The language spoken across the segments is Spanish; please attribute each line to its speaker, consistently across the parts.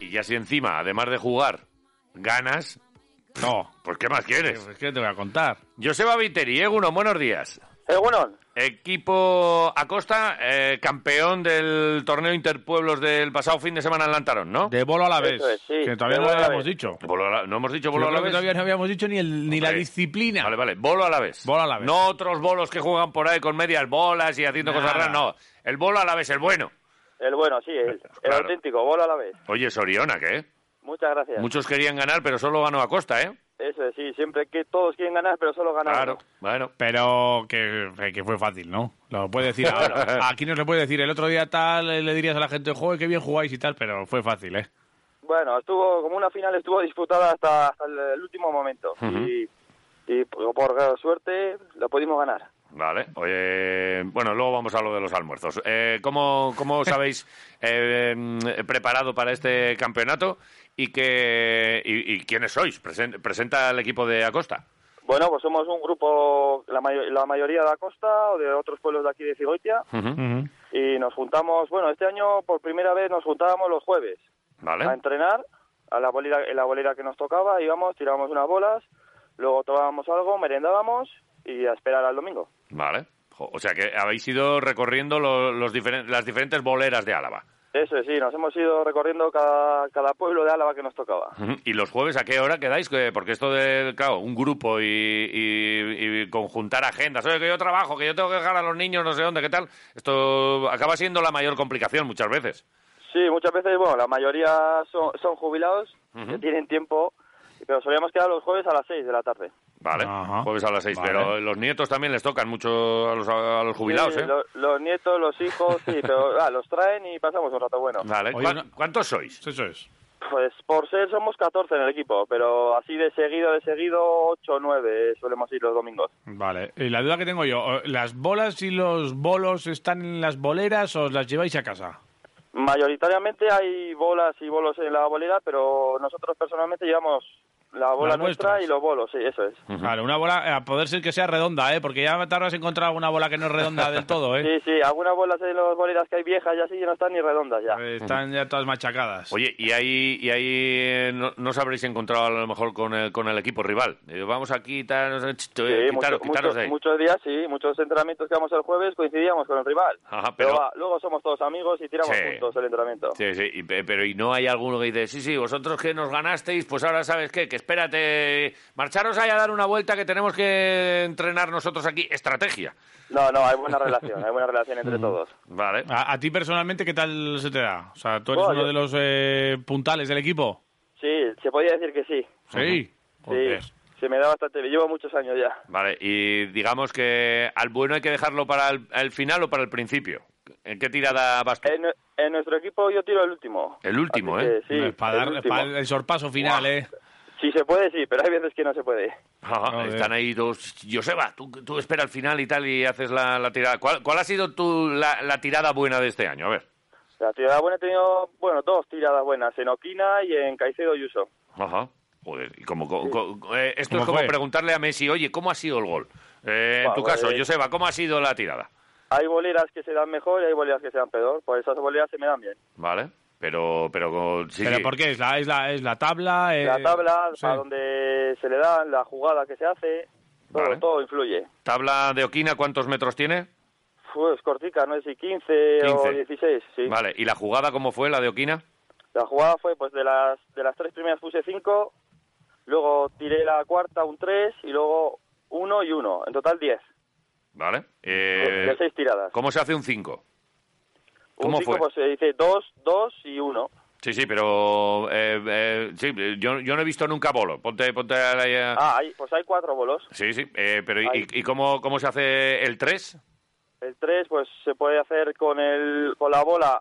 Speaker 1: Y ya si encima, además de jugar, ganas,
Speaker 2: No,
Speaker 1: pues ¿qué más quieres?
Speaker 2: es que te voy a contar.
Speaker 1: Joseba Viteri, Eguno, buenos días.
Speaker 3: Egunon,
Speaker 1: Equipo Acosta, eh, campeón del torneo Interpueblos del pasado fin de semana en Lantarón, ¿no?
Speaker 2: De bolo a la vez,
Speaker 3: Eso es, sí,
Speaker 2: que todavía no
Speaker 3: de bolo
Speaker 2: lo
Speaker 3: a la
Speaker 2: habíamos
Speaker 3: vez.
Speaker 2: dicho.
Speaker 1: Bolo a la- ¿No hemos dicho
Speaker 2: Yo
Speaker 1: bolo a la
Speaker 2: creo que
Speaker 1: vez?
Speaker 2: todavía no habíamos dicho ni, el- ni la
Speaker 1: Hombre.
Speaker 2: disciplina.
Speaker 1: Vale, vale, bolo a la vez.
Speaker 2: Bolo a la vez.
Speaker 1: No otros bolos que juegan por ahí con medias bolas y haciendo
Speaker 2: Nada.
Speaker 1: cosas raras, no. El bolo a la vez, el bueno.
Speaker 3: el bueno, sí, el, el
Speaker 1: Claro.
Speaker 3: auténtico, bola a la vez.
Speaker 1: Oye, Soriona, ¿qué?
Speaker 3: Muchas gracias.
Speaker 1: Muchos querían ganar, pero solo ganó Acosta, ¿eh?
Speaker 3: Eso es, sí, siempre que todos quieren ganar, pero solo ganar.
Speaker 1: Claro,
Speaker 3: uno.
Speaker 1: bueno.
Speaker 2: Pero que, eh, que fue fácil, ¿no? Lo puede decir ahora. Aquí no se puede decir. El otro día tal eh, le dirías a la gente, joder, qué bien jugáis y tal, pero fue fácil, ¿eh?
Speaker 3: Bueno, estuvo como una final, estuvo disputada hasta, hasta el, el último momento. y, y por, por suerte lo pudimos ganar.
Speaker 1: Vale, oye, bueno, luego vamos a lo de los almuerzos. Eh, ¿cómo, ¿Cómo os habéis eh, em, preparado para este campeonato y, qué, y, y quiénes sois? Presen- presenta el equipo de Acosta.
Speaker 3: Bueno, pues somos un grupo, la, mayo- la mayoría de la costa o de otros pueblos de aquí de Cigoitia, y nos juntamos, bueno, este año por primera vez nos juntábamos los jueves a
Speaker 1: Vale,
Speaker 3: entrenar a la bolera, en la bolera que nos tocaba, íbamos, tirábamos unas bolas, luego tomábamos algo, merendábamos y a esperar al domingo.
Speaker 1: vale. Jo, O sea que habéis ido recorriendo lo- los diferen- las diferentes boleras de Álava.
Speaker 3: Eso es, sí, nos hemos ido recorriendo cada, cada pueblo de Álava que nos tocaba.
Speaker 1: Ujú. ¿Y los jueves a qué hora quedáis? Que- Porque esto de, claro, un grupo y, y- y conjuntar agendas. Oye, que yo trabajo, que yo tengo que dejar a los niños, no sé dónde, ¿qué tal? Esto acaba siendo la mayor complicación muchas veces.
Speaker 3: Sí, muchas veces, bueno, la mayoría son, son jubilados, que tienen tiempo, pero solíamos quedar los jueves a las 6 de la tarde.
Speaker 1: Vale,
Speaker 2: Ajá.
Speaker 1: jueves a las seis.
Speaker 2: Vale.
Speaker 1: Pero los nietos también les tocan mucho a los, a los jubilados,
Speaker 3: Sí,
Speaker 1: ¿eh?
Speaker 3: lo- los nietos, los hijos, sí, pero ah, los traen y pasamos un rato bueno.
Speaker 1: Vale.
Speaker 2: Oye,
Speaker 1: ¿Cuán-
Speaker 2: no-
Speaker 1: ¿Cuántos sois?
Speaker 2: Eso es.
Speaker 3: Pues por ser somos 14 en el equipo, pero así de seguido, de seguido, 8 o 9 solemos ir los domingos.
Speaker 2: Vale. Y la duda que tengo yo, eh, ¿las bolas y los bolos están en las boleras o os las lleváis a casa?
Speaker 3: Mayoritariamente hay bolas y bolos en la bolera, pero nosotros personalmente llevamos la bola
Speaker 2: Las
Speaker 3: nuestra
Speaker 2: vuestras.
Speaker 3: y los bolos, sí, eso es.
Speaker 2: Claro, una bola, eh, a poder ser que sea redonda, ¿eh? Porque ya te habrás encontrado una bola que no es redonda del todo, ¿eh?
Speaker 3: Sí, sí, algunas bolas en las boleras que hay viejas y así ya no están ni redondas ya.
Speaker 2: Eh, Están ya todas machacadas.
Speaker 1: Oye, y ahí, y ahí eh, no, no os habréis encontrado a lo mejor con el, con el equipo rival. Eh, Vamos aquí, tal, no sé, ch- eh,
Speaker 3: Sí,
Speaker 1: quitaros,
Speaker 3: mucho-
Speaker 1: quitaros de ahí.
Speaker 3: muchos- muchos días, sí, muchos entrenamientos que vamos el jueves coincidíamos con el rival.
Speaker 1: Ajá, pero-
Speaker 3: va, luego somos todos amigos y tiramos
Speaker 1: Sí.
Speaker 3: juntos el entrenamiento.
Speaker 1: Sí, sí, y pe- pero y no hay alguno que dice, sí, sí, vosotros que nos ganasteis, pues ahora sabes qué, que espérate, marcharos ahí a dar una vuelta que tenemos que entrenar nosotros aquí. Estrategia.
Speaker 3: No, no, hay buena relación, hay buena relación
Speaker 1: Mm.
Speaker 3: entre todos.
Speaker 1: Vale.
Speaker 2: ¿A, a ti personalmente qué tal se te da? O sea, ¿tú eres uno
Speaker 3: Bueno, yo-
Speaker 2: de los eh, puntales del equipo?
Speaker 3: Sí, se podía decir que sí.
Speaker 2: Sí. Joder.
Speaker 3: Sí, se me da bastante, llevo muchos años ya.
Speaker 1: Vale, y digamos que al bueno hay que dejarlo para el, al final o para el principio. ¿En qué tirada vas tú?
Speaker 3: En, nue- en nuestro equipo yo tiro el último.
Speaker 1: El último,
Speaker 3: Así
Speaker 1: ¿eh?
Speaker 3: que sí,
Speaker 2: para
Speaker 3: el
Speaker 2: dar
Speaker 3: último.
Speaker 2: para el sorpaso final,
Speaker 1: Guau.
Speaker 2: ¿eh?
Speaker 3: Si se puede, sí, pero hay veces que no se puede.
Speaker 1: Ajá,
Speaker 2: Joder.
Speaker 1: están ahí dos. Joseba, tú, tú espera al final y tal y haces la, la tirada. ¿Cuál, cuál ha sido tu, la, la tirada buena de este año? A ver.
Speaker 3: La tirada buena he tenido, bueno, dos tiradas buenas, en Oquina y en Caicedo y Uso.
Speaker 1: Ajá. Joder, y como, co- co- eh, esto
Speaker 2: ¿Cómo
Speaker 1: es como
Speaker 2: fue?
Speaker 1: preguntarle a Messi, oye, ¿cómo ha sido el gol? Eh, en
Speaker 3: Buah,
Speaker 1: tu
Speaker 3: vale.
Speaker 1: caso, Joseba, ¿cómo ha sido la tirada?
Speaker 3: Hay boleras que se dan mejor y hay boleras que se dan peor, pues esas boleras se me dan bien.
Speaker 1: Vale, pero. Pero, con- sí,
Speaker 2: ¿Pero
Speaker 1: sí.
Speaker 2: por qué? ¿Es la, es la, es la tabla? eh,
Speaker 3: la tabla,
Speaker 2: sí.
Speaker 3: a donde se le dan, la jugada que se hace, todo,
Speaker 1: Vale.
Speaker 3: todo influye.
Speaker 1: ¿Tabla de Oquina cuántos metros tiene?
Speaker 3: Pues cortica, no sé si 15,
Speaker 1: 15.
Speaker 3: o 16, sí.
Speaker 1: Vale, ¿y la jugada cómo fue, la de Oquina?
Speaker 3: La jugada fue, pues de las, de las tres primeras puse 5, luego tiré la cuarta un 3 y luego 1 y 1, en total 10,
Speaker 1: Vale.
Speaker 3: de
Speaker 1: Eh,
Speaker 3: de seis tiradas.
Speaker 1: ¿Cómo se hace un 5? ¿Cómo
Speaker 3: un 5
Speaker 1: fue?
Speaker 3: pues se dice 2, 2 y 1.
Speaker 1: Sí, sí, pero eh, eh, sí, yo, yo no he visto nunca bolo. Ponte, ponte a la...
Speaker 3: Ah, hay, pues hay cuatro bolos.
Speaker 1: Sí, sí, eh, pero ¿y-
Speaker 3: Ahí.
Speaker 1: ¿y, y cómo, cómo se hace el 3?
Speaker 3: El 3 pues se puede hacer con, el, con la bola,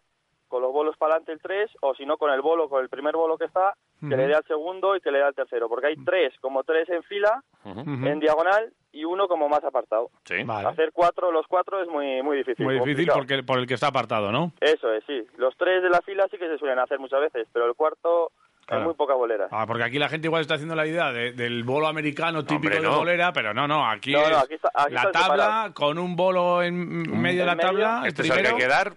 Speaker 3: con los bolos para adelante el 3, o si no con el bolo, con el primer bolo que está, que le dé al segundo y que le dé al tercero, porque hay tres, como tres en fila,
Speaker 2: Ujú.
Speaker 3: en diagonal y uno como más apartado.
Speaker 1: Sí.
Speaker 2: Vale.
Speaker 3: Hacer cuatro, los cuatro es muy, muy difícil.
Speaker 2: Muy difícil
Speaker 3: complicado.
Speaker 2: porque, por el que está apartado, ¿no?
Speaker 3: Eso es, sí. Los tres de la fila sí que se suelen hacer muchas veces, pero el cuarto
Speaker 2: Claro.
Speaker 3: hay muy poca bolera.
Speaker 2: Ah, porque aquí la gente igual está haciendo la idea de- del bolo americano típico
Speaker 1: hombre,
Speaker 2: de
Speaker 1: no.
Speaker 2: bolera, pero no, no, aquí,
Speaker 3: No, no,
Speaker 2: es
Speaker 3: aquí está- aquí
Speaker 2: la
Speaker 3: está
Speaker 2: tabla
Speaker 3: separado. Mm.
Speaker 2: con un bolo en medio de la
Speaker 3: En medio.
Speaker 2: tabla, el
Speaker 1: Este es el
Speaker 2: primero,
Speaker 1: que hay que dar.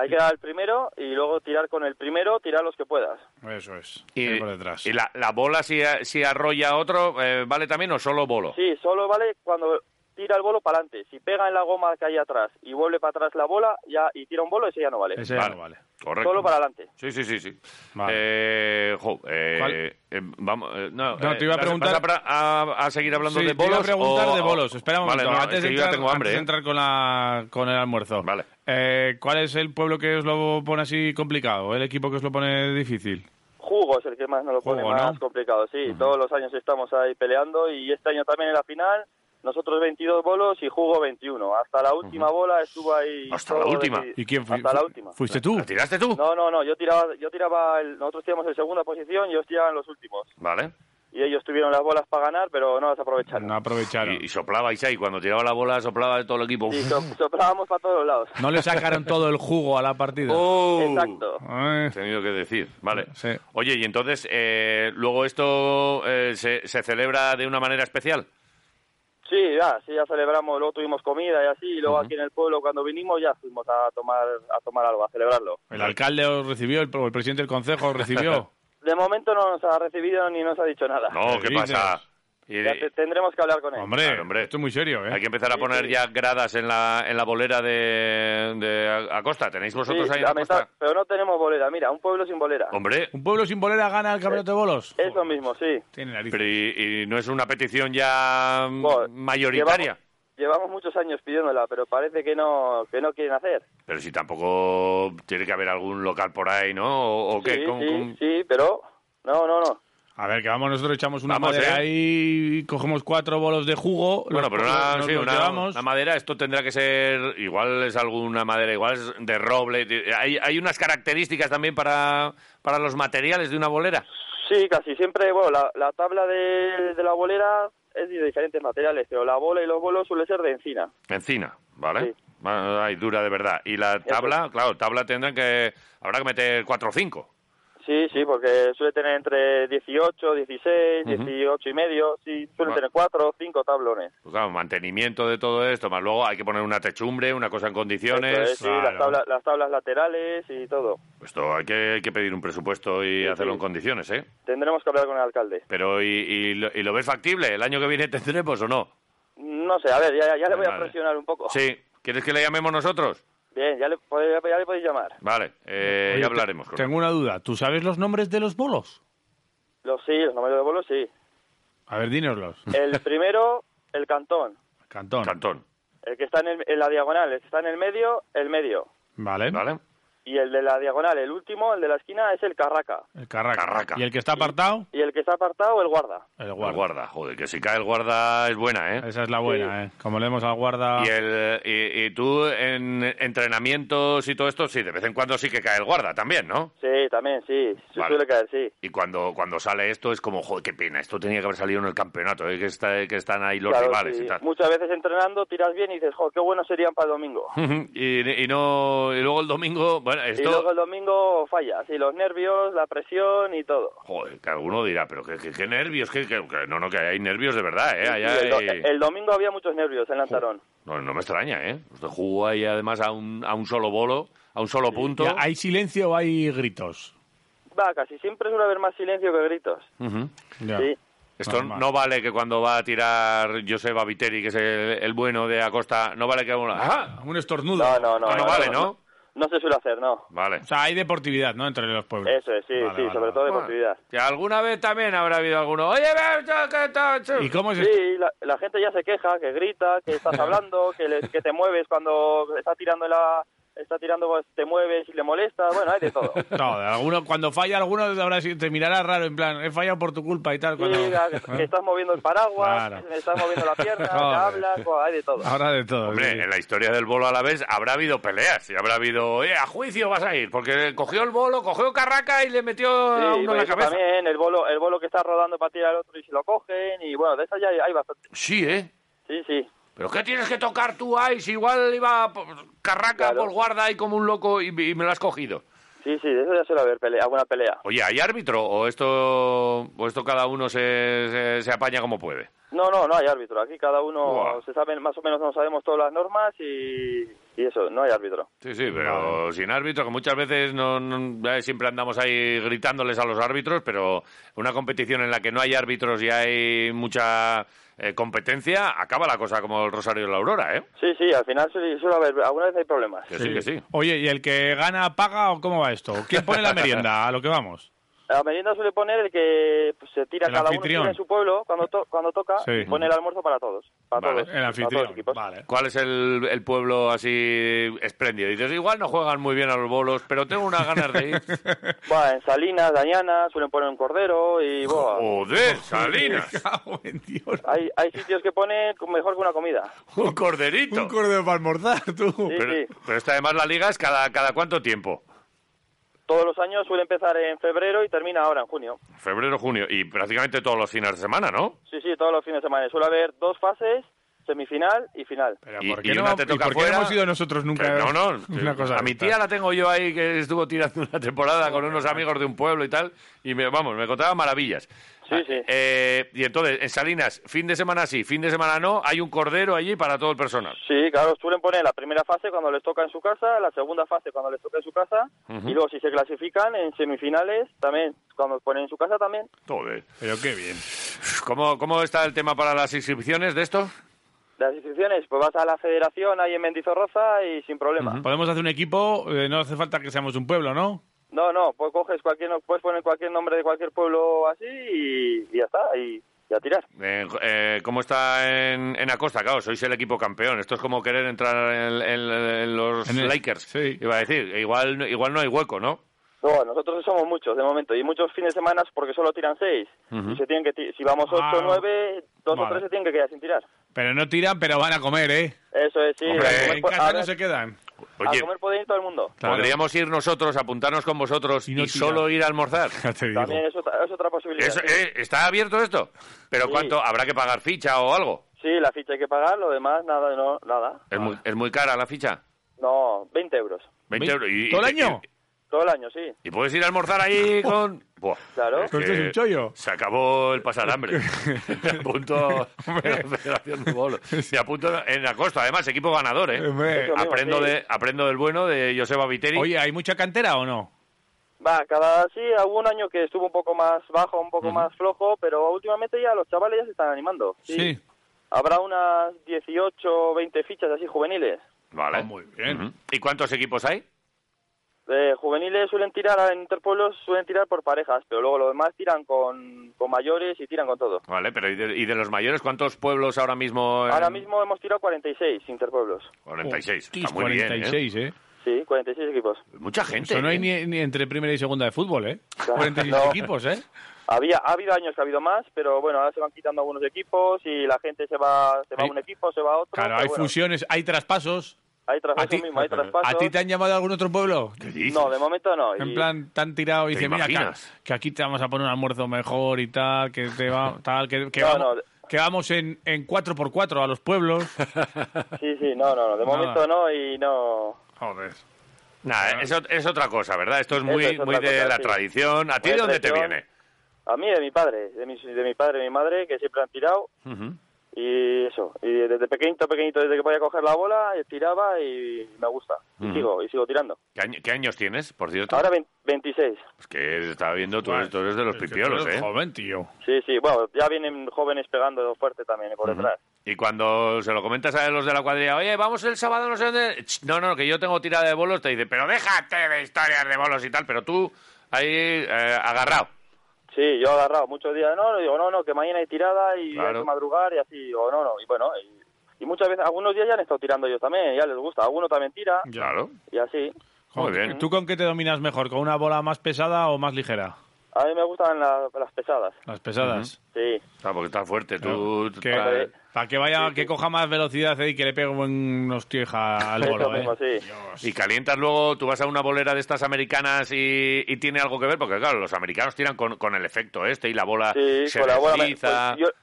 Speaker 3: Hay que dar al primero y luego tirar con el primero, tirar los que puedas.
Speaker 2: Eso es.
Speaker 1: Y,
Speaker 2: Ir por detrás.
Speaker 1: Eh, y la, la bola, si, a- si arrolla otro, eh, ¿vale también o solo bolo?
Speaker 3: Sí, solo vale cuando tira el bolo para adelante. Si pega en la goma que hay atrás y vuelve para atrás la bola ya y tira un bolo, ese ya no vale.
Speaker 2: Ese ya
Speaker 1: Vale.
Speaker 2: no vale.
Speaker 1: Correcto.
Speaker 3: Solo para adelante.
Speaker 1: Sí, sí, sí, sí.
Speaker 2: Vale.
Speaker 1: Eh, jo, eh,
Speaker 2: ¿Cuál?
Speaker 1: eh, vamos, eh, no,
Speaker 2: No,
Speaker 1: eh,
Speaker 2: te iba a
Speaker 1: ¿vas-
Speaker 2: preguntar-
Speaker 1: vas a, pra- a- a seguir hablando
Speaker 2: Sí,
Speaker 1: de
Speaker 2: te
Speaker 1: bolos.
Speaker 2: iba a preguntar
Speaker 1: o-
Speaker 2: de bolos.
Speaker 1: o-
Speaker 2: Espera un
Speaker 1: vale,
Speaker 2: momento.
Speaker 1: no,
Speaker 2: antes
Speaker 1: es
Speaker 2: de
Speaker 1: que yo
Speaker 2: entrar,
Speaker 1: ya tengo hambre.
Speaker 2: antes de
Speaker 1: ¿eh?
Speaker 2: entrar con, la, con el almuerzo.
Speaker 1: Vale.
Speaker 2: Eh, ¿Cuál es el pueblo que os lo pone así complicado? ¿El equipo que os lo pone difícil?
Speaker 3: Jugo es el que más nos lo pone
Speaker 2: Jugo,
Speaker 3: más
Speaker 2: ¿no?
Speaker 3: complicado. Sí, todos los años estamos ahí peleando y este año también en la final. Nosotros 22 bolos y Jugo 21. Hasta la última bola estuvo ahí.
Speaker 1: Hasta la
Speaker 3: todo
Speaker 1: última.
Speaker 3: decidi-
Speaker 2: ¿Y quién fui-
Speaker 3: Hasta la última.
Speaker 2: ¿Fuiste tú?
Speaker 1: ¿La tiraste tú?
Speaker 3: No, no, no. Yo tiraba, yo tiraba el- nosotros tiramos en segunda posición y ellos tiraban los últimos.
Speaker 1: Vale.
Speaker 3: Y ellos tuvieron las bolas para ganar, pero no las aprovecharon.
Speaker 2: No aprovecharon.
Speaker 1: Y, y soplabais ahí. Cuando tiraba la bola, soplaba de todo el equipo.
Speaker 3: Y so- soplábamos para todos lados.
Speaker 2: No le sacaron todo el jugo a la partida.
Speaker 1: ¡Oh!
Speaker 3: Exacto.
Speaker 2: Eh,
Speaker 1: He tenido que decir, vale.
Speaker 2: Sí.
Speaker 1: Oye, y entonces, eh, luego esto eh, se, se celebra de una manera especial.
Speaker 3: Sí, ya, sí, ya celebramos, luego tuvimos comida y así, y luego aquí en el pueblo cuando vinimos ya fuimos a tomar, a tomar algo, a celebrarlo.
Speaker 2: el alcalde os recibió, el, el presidente del consejo os recibió.
Speaker 3: De momento no nos ha recibido ni nos ha dicho nada.
Speaker 1: No,
Speaker 2: ¿Qué
Speaker 1: ¿qué pasa? Y-
Speaker 3: Ya te- tendremos que hablar con él.
Speaker 2: hombre,
Speaker 1: Claro, hombre.
Speaker 2: esto es muy serio, ¿eh?
Speaker 1: Hay que empezar a
Speaker 3: Sí,
Speaker 1: poner
Speaker 3: sí.
Speaker 1: ya gradas en la, en la bolera de, de Acosta. ¿Tenéis
Speaker 3: Sí,
Speaker 1: vosotros ahí en
Speaker 3: la
Speaker 1: Acosta?
Speaker 3: mitad, pero no tenemos bolera, mira, un pueblo sin bolera.
Speaker 1: Hombre,
Speaker 2: ¿Un pueblo sin bolera gana el campeonato de bolos?
Speaker 3: Eh, Eso mismo, sí.
Speaker 2: Tiene nariz.
Speaker 1: pero y, y no es una petición ya mm,
Speaker 3: Bueno,
Speaker 1: mayoritaria?
Speaker 3: Pues, Llevamos, llevamos muchos años pidiéndola, pero parece que no, que no quieren hacer.
Speaker 1: Pero si tampoco tiene que haber algún local por ahí, ¿no? ¿O, o qué?
Speaker 3: sí,
Speaker 1: Con-
Speaker 3: sí,
Speaker 1: con-
Speaker 3: sí, pero no, no, no.
Speaker 2: A ver, que vamos nosotros, echamos una
Speaker 1: Vamos,
Speaker 2: madera
Speaker 1: ¿eh?
Speaker 2: ahí, cogemos cuatro bolos de jugo.
Speaker 1: Bueno,
Speaker 2: los
Speaker 1: pero
Speaker 2: ponemos,
Speaker 1: una,
Speaker 2: nos
Speaker 1: sí,
Speaker 2: los
Speaker 1: una-
Speaker 2: llevamos.
Speaker 1: una madera, esto tendrá que ser, igual es alguna madera, igual es de roble. de- Hay, hay unas características también para, para los materiales de una bolera.
Speaker 3: Sí, casi siempre, bueno, la, la tabla de, de la bolera es de diferentes materiales, pero la bola y los bolos suele ser de encina.
Speaker 1: Encina, ¿vale?
Speaker 3: Sí.
Speaker 1: Ay, dura de verdad. Y la tabla, claro, tabla tendrán que, habrá que meter cuatro o cinco.
Speaker 3: Sí, sí, porque suele tener entre 18, 16, 18 y medio, sí, suele
Speaker 1: Va.
Speaker 3: tener cuatro o cinco tablones.
Speaker 1: Pues claro, mantenimiento de todo esto, más luego hay que poner una techumbre, una cosa en condiciones.
Speaker 3: Eso es, sí,
Speaker 2: claro.
Speaker 3: las, tabla- las tablas laterales y todo.
Speaker 1: Esto hay que, hay que pedir un presupuesto y
Speaker 3: Sí,
Speaker 1: hacerlo
Speaker 3: sí.
Speaker 1: en condiciones, ¿eh?
Speaker 3: Tendremos que hablar con el alcalde.
Speaker 1: Pero, ¿y, y lo, y lo ves factible? ¿El año que viene tendremos o no?
Speaker 3: No sé, a ver, ya, ya le
Speaker 1: Ay,
Speaker 3: voy a
Speaker 1: madre.
Speaker 3: presionar un poco.
Speaker 1: Sí. ¿Quieres que le llamemos nosotros?
Speaker 3: Bien, ya le, pode- ya le podéis llamar.
Speaker 1: Vale, eh,
Speaker 2: Oye,
Speaker 1: ya
Speaker 2: te-
Speaker 1: hablaremos. con él.
Speaker 2: Tengo una duda. ¿Tú sabes los nombres de los bolos?
Speaker 3: Los sí, los números de bolos sí.
Speaker 2: A ver, dínoslos.
Speaker 3: El primero, el cantón.
Speaker 2: Cantón.
Speaker 1: Cantón,
Speaker 3: El que está en, el- en la diagonal, el que está en el medio, el medio.
Speaker 2: Vale.
Speaker 1: ¿vale?
Speaker 3: Y el de la diagonal, el último, el de la esquina, es el carraca.
Speaker 2: El Carraca.
Speaker 1: Carraca.
Speaker 2: ¿Y el que está apartado?
Speaker 3: Y el que está apartado, el guarda.
Speaker 2: El
Speaker 1: El
Speaker 2: guarda.
Speaker 1: guarda, joder, que si cae el guarda es buena, ¿eh?
Speaker 2: Esa es la buena, ¿eh? Como leemos al guarda...
Speaker 1: Y, el, y, y tú en entrenamientos y todo esto, sí, de vez en cuando sí que cae el guarda también, ¿no?
Speaker 3: Sí, también, sí. Su-
Speaker 1: Vale.
Speaker 3: Suele caer, sí.
Speaker 1: Y cuando, cuando sale esto es como, joder, qué pena, esto tenía que haber salido en el campeonato, ¿eh? que, está- que están ahí los
Speaker 3: Claro,
Speaker 1: rivales
Speaker 3: sí.
Speaker 1: y tal.
Speaker 3: Muchas veces entrenando tiras bien y dices, jo, qué buenos serían para el domingo.
Speaker 1: y, y no, y luego el domingo, bueno,
Speaker 3: Y luego
Speaker 1: esto,
Speaker 3: el domingo fallas. Y los nervios, la presión y todo.
Speaker 1: joder, que alguno dirá, pero qué, qué- qué nervios, que, que- que- no, no, que hay nervios de verdad, ¿eh?
Speaker 3: Sí,
Speaker 1: Ahí
Speaker 3: sí, el, do-
Speaker 1: hay-
Speaker 3: el domingo había muchos nervios en Lantarón.
Speaker 1: No, no me extraña, ¿eh? Usted jugó ahí además a un, a un solo bolo, a un solo punto.
Speaker 2: Ya, ¿Hay silencio o hay gritos?
Speaker 3: Va, casi siempre suele haber más silencio que gritos.
Speaker 1: Ujú.
Speaker 2: Ya.
Speaker 3: Sí.
Speaker 1: Esto
Speaker 2: Normal.
Speaker 1: no vale que cuando va a tirar Joseba Viteri, que es el, el bueno de Acosta, no vale que uno... ¡Ah!
Speaker 2: Un estornudo.
Speaker 3: No, no, no.
Speaker 1: Ah, no vale, ¿no?
Speaker 3: No se suele hacer, no.
Speaker 1: Vale.
Speaker 2: O sea, hay deportividad, ¿no? Entre los pueblos.
Speaker 3: Eso es, sí,
Speaker 2: Vale,
Speaker 3: sí,
Speaker 2: vale,
Speaker 3: sobre
Speaker 2: vale.
Speaker 3: todo deportividad.
Speaker 1: Bueno, que alguna vez también habrá habido alguno... Oye, ve, yo, que to- chu".
Speaker 2: ¿Y cómo es pues esto?
Speaker 3: Sí, la, la gente ya se queja, que grita, que estás hablando, que, le- que te mueves cuando está tirando la... Está tirando, pues, te mueves y le molesta. Bueno, hay de todo.
Speaker 2: No, de alguno, cuando falla alguno habrá sido- te mirará raro, en plan, he fallado por tu culpa y tal.
Speaker 3: Sí,
Speaker 2: Cuando... ¿Eh?
Speaker 3: que, que estás moviendo el paraguas,
Speaker 2: Claro.
Speaker 3: que estás moviendo la pierna, que
Speaker 2: Joder.
Speaker 3: hablas, pues, hay de todo.
Speaker 2: Ahora de todo.
Speaker 1: Hombre,
Speaker 2: sí, sí.
Speaker 1: en la historia del bolo a la vez habrá habido peleas y habrá habido... Oye, a juicio vas a ir, porque cogió el bolo, cogió Carraca y le metió a uno
Speaker 3: Sí,
Speaker 1: en
Speaker 3: pues,
Speaker 1: la
Speaker 3: eso
Speaker 1: cabeza.
Speaker 3: también, el bolo, el bolo que está rodando para tirar al otro y si lo cogen, y bueno, de esas ya hay, hay bastante.
Speaker 1: Sí, ¿eh?
Speaker 3: Sí, sí.
Speaker 1: ¿Pero qué tienes que tocar tú ahí? Si igual iba por- carraca
Speaker 3: Claro.
Speaker 1: por guarda ahí como un loco y, y me lo has cogido.
Speaker 3: Sí, sí, de eso ya suele haber pelea, alguna pelea.
Speaker 1: Oye, ¿hay árbitro o esto, o esto cada uno se, se, se apaña como puede?
Speaker 3: No, no, no hay árbitro. Aquí cada uno
Speaker 1: Buah.
Speaker 3: se sabe, más o menos nos sabemos todas las normas y, y eso, no hay árbitro.
Speaker 1: Sí, sí, pero sin árbitro, que muchas veces no, no- eh, siempre andamos ahí gritándoles a los árbitros, pero una competición en la que no hay árbitros y hay mucha eh, competencia, acaba la cosa como el Rosario de la Aurora, ¿eh?
Speaker 3: Sí, sí, al final suele, suele haber, alguna vez hay problemas.
Speaker 1: Que sí, que sí.
Speaker 2: Oye, ¿y el que gana paga o cómo va esto? ¿Quién pone la merienda? A lo que vamos.
Speaker 3: La merienda suele poner el que pues, se tira
Speaker 2: El
Speaker 3: cada
Speaker 2: anfitrión.
Speaker 3: uno en su pueblo cuando, to- cuando toca
Speaker 2: Sí.
Speaker 3: y pone el almuerzo para todos. Para
Speaker 1: Vale,
Speaker 3: todos
Speaker 2: El
Speaker 3: para todos los
Speaker 2: anfitrión.
Speaker 3: equipos.
Speaker 2: Vale.
Speaker 1: ¿Cuál es el, el pueblo así espléndido? Dices, igual no juegan muy bien a los bolos, pero tengo unas ganas de ir.
Speaker 3: Bueno, en Salinas, Dañana, suelen poner un cordero y bueno,
Speaker 1: ¡Joder, Salinas!
Speaker 2: cago en Dios.
Speaker 3: hay, hay sitios que ponen mejor que una comida.
Speaker 1: ¡Un corderito!
Speaker 2: Un cordero para almorzar, tú.
Speaker 3: Sí,
Speaker 1: Pero,
Speaker 3: sí.
Speaker 1: pero es que además la liga es cada, cada cuánto tiempo.
Speaker 3: Todos los años suele empezar en febrero y termina ahora en junio.
Speaker 1: Febrero, junio y prácticamente todos los fines de semana, ¿no?
Speaker 3: Sí, sí, todos los fines de semana. Suele haber dos fases, semifinal y final.
Speaker 2: Pero
Speaker 1: Y-
Speaker 2: ¿por qué,
Speaker 1: y
Speaker 2: no,
Speaker 1: una te
Speaker 2: ¿y
Speaker 1: toca
Speaker 2: por qué
Speaker 1: fuera?
Speaker 2: no hemos ido nosotros nunca?
Speaker 1: Que no, no. eh,
Speaker 2: Una cosa
Speaker 1: a
Speaker 2: de
Speaker 1: mi
Speaker 2: esta.
Speaker 1: tía la tengo yo ahí que estuvo tirando una temporada con unos amigos de un pueblo y tal. Y me, vamos, me contaba maravillas.
Speaker 3: Sí,
Speaker 1: Ah,
Speaker 3: sí.
Speaker 1: eh, y entonces, en Salinas, fin de semana sí, fin de semana no, hay un cordero allí para todo el personal.
Speaker 3: Sí, claro, suelen poner la primera fase cuando les toca en su casa, la segunda fase cuando les toca en su casa, y luego si se clasifican en semifinales también, cuando ponen en su casa también.
Speaker 1: Joder.
Speaker 2: Pero qué bien.
Speaker 1: ¿Cómo, ¿Cómo está el tema para las inscripciones de esto?
Speaker 3: Las inscripciones, pues vas a la federación ahí en Mendizorroza y sin problema.
Speaker 2: Podemos hacer un equipo, eh, no hace falta que seamos un pueblo, ¿no?
Speaker 3: No, no, pues coges cualquier, puedes poner cualquier nombre de cualquier pueblo así y, y ya está, y, y a tirar.
Speaker 1: Eh, eh, ¿Cómo está en, en Acosta? Claro, sois el equipo campeón. Esto es como querer entrar en, en- en los
Speaker 2: En el-
Speaker 1: Lakers.
Speaker 2: sí.
Speaker 1: Iba a decir, igual, igual no hay hueco, ¿no?
Speaker 3: No, nosotros somos muchos de momento y muchos fines de semana porque solo tiran seis. y se tienen que ti- si vamos ocho,
Speaker 2: Ah.
Speaker 3: nueve, dos o
Speaker 2: Vale.
Speaker 3: tres se tienen que quedar sin tirar.
Speaker 2: Pero no tiran, pero van a comer, ¿eh?
Speaker 3: Eso es, sí.
Speaker 1: Hombre,
Speaker 3: a comer
Speaker 2: en
Speaker 3: po-
Speaker 2: casa
Speaker 3: a
Speaker 2: no
Speaker 3: ver,
Speaker 2: se quedan.
Speaker 3: a
Speaker 1: Oye,
Speaker 3: comer puede ir todo el mundo.
Speaker 2: Claro.
Speaker 1: podríamos ir nosotros, apuntarnos con vosotros
Speaker 2: Y
Speaker 1: y,
Speaker 2: no tirar.
Speaker 1: solo ir a almorzar.
Speaker 2: Ya te digo.
Speaker 3: También es otra, es otra posibilidad.
Speaker 1: Eso,
Speaker 3: sí.
Speaker 1: eh, ¿Está abierto esto? ¿Pero
Speaker 3: Sí.
Speaker 1: cuánto? ¿Habrá que pagar ficha o algo?
Speaker 3: Sí, la ficha hay que pagar, lo demás, nada, no, nada.
Speaker 2: Eh. Ah.
Speaker 1: ¿Es, muy, es muy cara la ficha?
Speaker 3: No, 20 euros.
Speaker 1: 20 euros. Y,
Speaker 2: ¿Todo el
Speaker 1: y-
Speaker 2: año?
Speaker 3: Todo el año, sí.
Speaker 1: Y, y puedes ir a almorzar ahí con... Buah,
Speaker 3: Claro.
Speaker 1: es
Speaker 2: ¿Con
Speaker 1: que
Speaker 2: esto es un chollo?
Speaker 1: Se acabó el pasar hambre. Me apunto en la Federación de Bolos. Me apunto en Acosta, además, equipo ganador, ¿eh?
Speaker 2: Hombre.
Speaker 1: Aprendo,
Speaker 3: Sí.
Speaker 1: de, aprendo del bueno de Joseba Viteri.
Speaker 2: Oye, ¿hay mucha cantera o no?
Speaker 3: Va, cada sí, hubo un año que estuvo un poco más bajo, un poco más flojo, pero últimamente ya los chavales ya se están animando. Habrá unas 18 20 fichas así juveniles.
Speaker 1: Vale.
Speaker 2: Ah, muy bien.
Speaker 1: Ujú. ¿Y cuántos equipos hay?
Speaker 3: De Eh, juveniles suelen tirar, en Interpueblos suelen tirar por parejas, pero luego los demás tiran con, con mayores y tiran con todo.
Speaker 1: Vale, pero ¿y de, y de los mayores cuántos pueblos ahora mismo? en-
Speaker 3: Ahora mismo hemos tirado 46 Interpueblos.
Speaker 1: 46.
Speaker 2: Hostis,
Speaker 1: Está muy bien, ¿eh?
Speaker 2: 46, ¿eh?
Speaker 3: Sí, 46 equipos.
Speaker 1: Mucha gente.
Speaker 2: Eso no hay
Speaker 1: ¿eh?
Speaker 2: ni, ni entre primera y segunda de fútbol, ¿eh?
Speaker 3: Claro,
Speaker 2: 46
Speaker 3: no.
Speaker 2: equipos, ¿eh?
Speaker 3: Había, ha habido años que ha habido más, pero bueno, ahora se van quitando algunos equipos y la gente se va, se va a
Speaker 2: Hay-
Speaker 3: un equipo, se va a otro.
Speaker 2: Claro,
Speaker 3: pero
Speaker 2: hay
Speaker 3: bueno,
Speaker 2: fusiones, hay traspasos.
Speaker 3: Hay
Speaker 2: ¿A ti,
Speaker 3: traspasos mismo, hay traspasos.
Speaker 2: ¿A ti te han llamado de algún otro pueblo?
Speaker 1: ¿Qué dices?
Speaker 3: No, de momento no.
Speaker 2: En
Speaker 3: y-
Speaker 2: plan, te han tirado y
Speaker 1: ¿Te
Speaker 2: dicen, mira, que,
Speaker 1: imaginas?
Speaker 2: que aquí te vamos a poner un almuerzo mejor y tal, que te va, tal, que, que
Speaker 3: No,
Speaker 2: vamos,
Speaker 3: no.
Speaker 2: que vamos en, en 4x4 a los pueblos.
Speaker 3: Sí, sí, no, no, no, de
Speaker 2: Nada.
Speaker 3: momento no y no.
Speaker 2: Joder.
Speaker 1: Nada, es, ot- es otra cosa, ¿verdad? Esto es muy,
Speaker 3: es otra
Speaker 1: muy de
Speaker 3: cosa,
Speaker 1: la
Speaker 3: sí.
Speaker 1: tradición. ¿A ti de
Speaker 3: Una
Speaker 1: dónde te
Speaker 3: tradición.
Speaker 1: viene?
Speaker 3: A mí, de mi padre, de mi, de mi padre y mi madre, que siempre han tirado y eso. Y desde pequeñito, pequeñito, desde que podía coger la bola, eh, tiraba y me gusta. Y sigo, y sigo tirando.
Speaker 1: ¿Qué, año- qué años tienes, por cierto?
Speaker 3: Ahora vein- 26.
Speaker 1: Es que estaba viendo, tú eres, tú eres de los pipiolos, ¿eh?
Speaker 2: Joven, tío.
Speaker 3: Sí, sí, bueno, ya vienen jóvenes pegando fuerte también eh, por detrás.
Speaker 1: Y cuando se lo comentas a los de la cuadrilla, oye, vamos el sábado, no sé dónde. Ch, No, no, que yo tengo tirada de bolos, te dice, pero déjate de historias de bolos y tal, pero tú ahí eh, agarrado.
Speaker 3: Sí, yo he agarrado muchos días, no, no, digo, no, no, que mañana hay tirada y
Speaker 1: Claro.
Speaker 3: hay que madrugar y así, o no, no, y bueno, y, y muchas veces, algunos días ya han estado tirando ellos también, ya les gusta, alguno también tira
Speaker 1: Claro.
Speaker 3: y así.
Speaker 1: Muy bien.
Speaker 2: ¿Tú con qué te dominas mejor? ¿Con una bola más pesada o más ligera?
Speaker 3: A mí me gustan la- las pesadas,
Speaker 2: Las pesadas.
Speaker 3: sí.
Speaker 1: Claro, porque estás fuerte, tú. tú
Speaker 2: Que-
Speaker 1: estás-
Speaker 2: para que vaya, que coja más velocidad eh, y que le pegue un buen hostieja al
Speaker 3: Eso
Speaker 2: bolo, ¿eh?
Speaker 3: mismo, sí.
Speaker 1: Y calientas luego, tú vas a una bolera de estas americanas y, y tiene algo que ver, porque claro, los americanos tiran con, con el efecto este y la bola
Speaker 3: Sí,
Speaker 1: se
Speaker 3: con la bola, me-
Speaker 1: desliza.
Speaker 3: pues yo-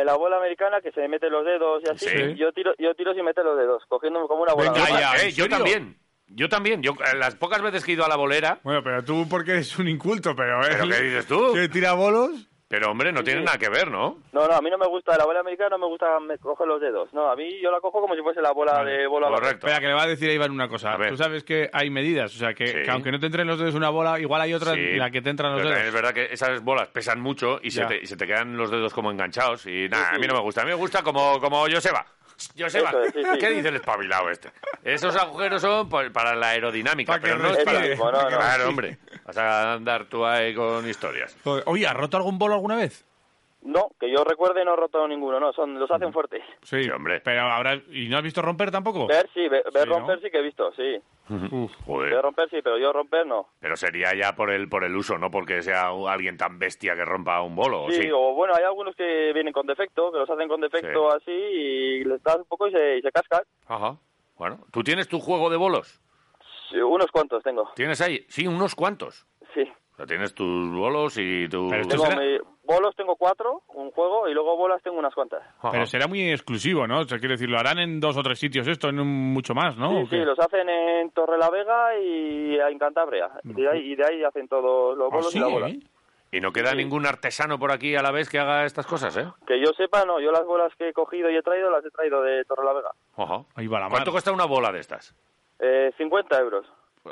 Speaker 3: en la bola americana que se mete los dedos y así,
Speaker 1: Sí.
Speaker 3: yo tiro yo tiro sin meter los dedos, cogiendo como una bola.
Speaker 2: Venga,
Speaker 3: normal.
Speaker 2: ya.
Speaker 1: Eh,
Speaker 2: ¿en
Speaker 1: yo
Speaker 2: serio?
Speaker 1: también, yo también. Yo, eh, las pocas veces que he ido a la bolera,
Speaker 2: Bueno, pero tú porque eres un inculto, pero... ¿eh?
Speaker 1: ¿Pero qué dices tú?
Speaker 2: ¿Que tira bolos?
Speaker 1: Pero, hombre, no tiene nada que ver, ¿no?
Speaker 3: No, no, a mí no me gusta la bola americana, no me gusta me coger los dedos. No, a mí yo la cojo como si fuese la bola
Speaker 2: Vale,
Speaker 3: de bola
Speaker 1: Correcto.
Speaker 2: Espera, que le va a decir a Iván una cosa.
Speaker 1: A ver.
Speaker 2: Tú sabes que hay medidas, o sea, que,
Speaker 1: Sí.
Speaker 2: que aunque no te entren los dedos una bola, igual hay otra
Speaker 1: Sí.
Speaker 2: en la que te entran los
Speaker 1: Pero también
Speaker 2: dedos.
Speaker 1: es verdad que esas bolas pesan mucho y se,
Speaker 2: Ya.
Speaker 1: te, y se te quedan los dedos como enganchados. Y nada,
Speaker 3: Sí, sí.
Speaker 1: a mí no me gusta. A mí me gusta como, como Joseba. Joseba,
Speaker 3: Eso es, sí, sí.
Speaker 1: ¿qué dice el espabilado este? Esos agujeros son pa- para la aerodinámica,
Speaker 2: Para que
Speaker 1: pero no es para...
Speaker 3: respire. Eso mismo, no, no.
Speaker 1: Claro, hombre. Vas a andar tú ahí con historias.
Speaker 2: Joder, Oye, ¿has roto algún bolo alguna vez?
Speaker 3: No, que yo recuerde no he roto ninguno, no, son los
Speaker 2: Mm.
Speaker 3: hacen fuertes.
Speaker 2: Sí,
Speaker 1: hombre.
Speaker 2: Pero ahora, ¿y no has visto romper tampoco?
Speaker 3: Ver sí, ve-
Speaker 2: Oh.
Speaker 3: ver
Speaker 2: Sí, ¿no?
Speaker 3: romper sí que he visto, sí.
Speaker 2: Uf.
Speaker 3: Ver
Speaker 1: Joder.
Speaker 3: romper sí, pero yo romper no.
Speaker 1: Pero sería ya por el, por el uso, no porque sea u- alguien tan bestia que rompa un bolo.
Speaker 2: Oh,
Speaker 1: ¿o
Speaker 3: Sí,
Speaker 1: sí?
Speaker 3: o bueno, hay algunos que vienen con defecto, que los hacen con defecto así y les das un poco y se, y se cascan.
Speaker 1: Ajá. Bueno, ¿tú tienes tu juego de bolos?
Speaker 3: Sí, unos cuantos tengo,
Speaker 1: ¿Tienes ahí? Sí, unos cuantos.
Speaker 3: sí.
Speaker 1: O sea, tienes tus bolos y tu...
Speaker 2: Pero esto
Speaker 3: Tengo
Speaker 2: será-
Speaker 3: mi- bolos tengo cuatro, un juego, y luego bolas tengo unas cuantas.
Speaker 1: Ajá.
Speaker 2: Pero será muy exclusivo, ¿no? O sea, quiero decir, lo harán en dos o tres sitios esto, en un- mucho más, ¿no?
Speaker 3: Sí,
Speaker 2: ¿O
Speaker 3: sí,
Speaker 2: qué?
Speaker 3: los hacen en Torre la Vega y en Cantabria. De ahí- y de ahí hacen todos los
Speaker 2: Ah,
Speaker 3: bolos
Speaker 2: sí,
Speaker 3: y la bola.
Speaker 2: ¿eh?
Speaker 1: Y no queda ningún artesano por aquí a la vez que haga estas cosas, ¿eh?
Speaker 3: Que yo sepa, no, yo las bolas que he cogido y he traído las he traído de Torre la Vega.
Speaker 1: Ojo.
Speaker 2: Ahí va la mar.
Speaker 1: ¿Cuánto cuesta una bola de estas?
Speaker 3: Eh, 50 euros.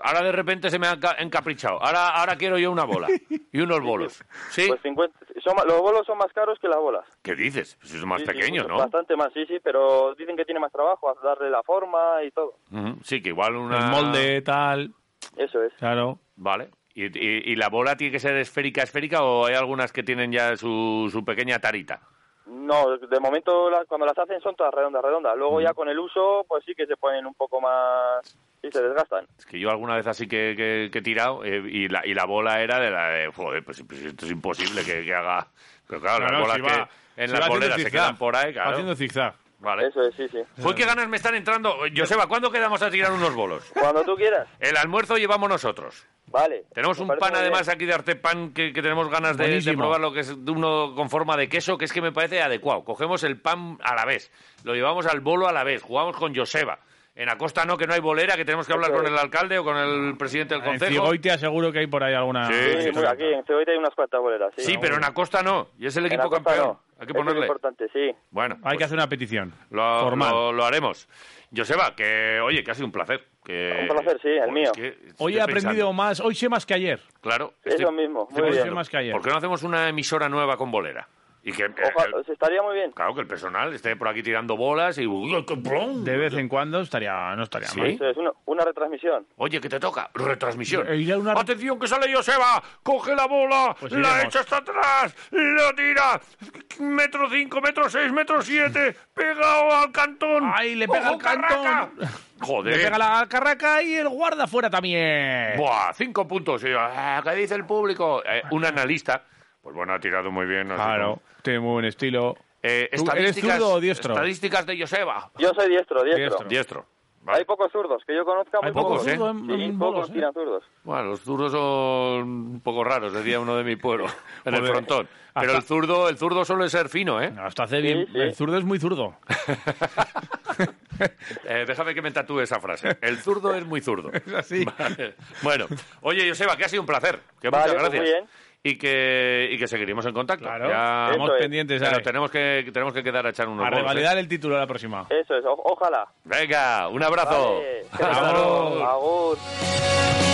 Speaker 1: Ahora de repente se me ha enca- encaprichado. Ahora, ahora quiero yo una bola y unos bolos. ¿Sí?
Speaker 3: Pues 50, son ma- los bolos son más caros que las bolas.
Speaker 1: ¿Qué dices? Pues es más
Speaker 3: Sí, sí,
Speaker 1: pequeño,
Speaker 3: mucho-
Speaker 1: ¿no?
Speaker 3: Bastante más, sí, sí, pero dicen que tiene más trabajo, a darle la forma y todo.
Speaker 1: Ujú. Sí, que igual una...
Speaker 2: El molde, tal,
Speaker 3: Eso es.
Speaker 2: claro.
Speaker 1: Vale. ¿Y, y, y la bola tiene que ser esférica, esférica o hay algunas que tienen ya su, su pequeña tarita?
Speaker 3: No, de momento las- cuando las hacen son todas redondas, redondas. Luego
Speaker 1: Mm.
Speaker 3: ya con el uso, pues sí que se ponen un poco más y se desgastan.
Speaker 1: Es que yo alguna vez así que, que- que he tirado eh, y, la, y la bola era de la de, joder, pues, pues esto es imposible que, que haga... Pero claro,
Speaker 2: No,
Speaker 1: las
Speaker 2: no,
Speaker 1: bolas
Speaker 2: si va-
Speaker 1: que en
Speaker 2: si va
Speaker 1: las
Speaker 2: haciendo
Speaker 1: boleras se
Speaker 2: zigzag,
Speaker 1: quedan por ahí,
Speaker 2: va
Speaker 1: claro.
Speaker 2: haciendo zigzag.
Speaker 1: Vale.
Speaker 3: Eso es, sí, sí.
Speaker 1: Joder, qué ganas me están entrando. Joseba, ¿cuándo quedamos a tirar unos bolos?
Speaker 3: Cuando tú quieras.
Speaker 1: El almuerzo llevamos nosotros.
Speaker 3: Vale.
Speaker 1: Tenemos
Speaker 3: Me
Speaker 1: un
Speaker 3: parece
Speaker 1: pan
Speaker 3: muy bien.
Speaker 1: además aquí de Artepan que, que tenemos ganas de, de
Speaker 2: Buenísimo.
Speaker 1: probar lo que es de uno con forma de queso, que es que me parece adecuado. Cogemos el pan a la vez, lo llevamos al bolo a la vez, jugamos con Joseba. En Acosta no, que no hay bolera, que tenemos que hablar con el alcalde o con el presidente del
Speaker 2: Ah, En
Speaker 1: concejo.
Speaker 2: Cigoy te aseguro que hay por ahí alguna...
Speaker 1: Sí,
Speaker 3: Sí, muy- aquí en Ceuta hay unas cuantas boleras. Sí,
Speaker 1: Sí, pero en Acosta no, y es el
Speaker 3: En
Speaker 1: equipo
Speaker 3: Acosta
Speaker 1: campeón.
Speaker 3: no.
Speaker 1: Hay que
Speaker 3: Eso Es
Speaker 1: ponerle.
Speaker 3: importante, sí.
Speaker 1: Bueno,
Speaker 2: Hay que
Speaker 1: pues
Speaker 2: hacer una petición
Speaker 1: lo,
Speaker 2: formal.
Speaker 1: lo- lo haremos. Joseba, que oye, que ha sido un placer. que-
Speaker 3: Un placer, sí, el
Speaker 1: Joder,
Speaker 3: mío.
Speaker 1: es que estoy
Speaker 2: Hoy he aprendido
Speaker 1: pensando.
Speaker 2: más, hoy sé más que ayer.
Speaker 1: Claro,
Speaker 3: Eso mismo. Muy
Speaker 2: Hoy sé
Speaker 3: bien.
Speaker 2: más que ayer.
Speaker 1: ¿Por qué no hacemos una emisora nueva con bolera? Y que,
Speaker 3: Ojalá, estaría muy bien.
Speaker 1: claro, que el personal esté por aquí tirando bolas y... "Uy, qué blon".
Speaker 2: De vez en cuando estaría, no estaría
Speaker 1: Sí.
Speaker 2: mal.
Speaker 3: Eso es una, una retransmisión.
Speaker 1: Oye, que te toca. Retransmisión.
Speaker 2: Eh, irá una-
Speaker 1: Atención, que sale Joseba. Coge la bola,
Speaker 2: Pues
Speaker 1: la
Speaker 2: iremos.
Speaker 1: echa hasta atrás, la tira. Metro 5, metro 6, metro 7. Pegado al cantón.
Speaker 2: ¡Ay, le pega
Speaker 1: ¡Ojo,
Speaker 2: al cantón!
Speaker 1: Carraca! Joder.
Speaker 2: Le pega la carraca y el guarda fuera también.
Speaker 1: Buah, cinco puntos. Y yo, "Ah, ¿Qué dice el público? Eh, un analista. Pues bueno, ha tirado muy bien. así
Speaker 2: Claro,
Speaker 1: como-
Speaker 2: tiene muy buen estilo.
Speaker 1: Eh,
Speaker 2: ¿Tú eres
Speaker 1: estadísticas,
Speaker 2: zurdo o diestro?
Speaker 1: Estadísticas de Joseba.
Speaker 3: Yo soy diestro, diestro.
Speaker 2: Diestro.
Speaker 1: Diestro. Vale.
Speaker 3: Hay pocos zurdos, que yo conozca
Speaker 1: Hay
Speaker 3: muy
Speaker 1: pocos, ¿eh?
Speaker 2: zurdos en-
Speaker 3: Sí,
Speaker 2: en
Speaker 3: pocos
Speaker 2: bolos, ¿eh?
Speaker 3: tiran zurdos.
Speaker 1: Bueno, los zurdos son un poco raros, decía uno de mi pueblo, en el
Speaker 2: Joder.
Speaker 1: frontón. Pero
Speaker 2: Hasta-
Speaker 1: el zurdo, el zurdo suele ser fino, ¿eh?
Speaker 2: Hasta hace bien.
Speaker 3: sí.
Speaker 2: El zurdo es muy zurdo.
Speaker 1: Eh, déjame que me tatúe esa frase. El zurdo es muy zurdo.
Speaker 2: Es así.
Speaker 1: Vale. Bueno, oye, Joseba, que ha sido un placer. Que
Speaker 3: Vale,
Speaker 1: muchas
Speaker 3: pues
Speaker 1: gracias.
Speaker 3: muy bien.
Speaker 1: Y que, y que seguiremos en contacto.
Speaker 2: Claro.
Speaker 1: Ya-
Speaker 2: Estamos
Speaker 3: Eso es.
Speaker 2: pendientes
Speaker 1: pero
Speaker 2: ¿sabes?
Speaker 1: tenemos que, tenemos que quedar a echar unos
Speaker 2: a
Speaker 1: bolos, ¿eh?
Speaker 2: revalidar el título a la próxima.
Speaker 3: Eso es, o- ojalá.
Speaker 1: Venga, un abrazo.
Speaker 3: Vale.
Speaker 1: Hasta luego.
Speaker 3: Agur.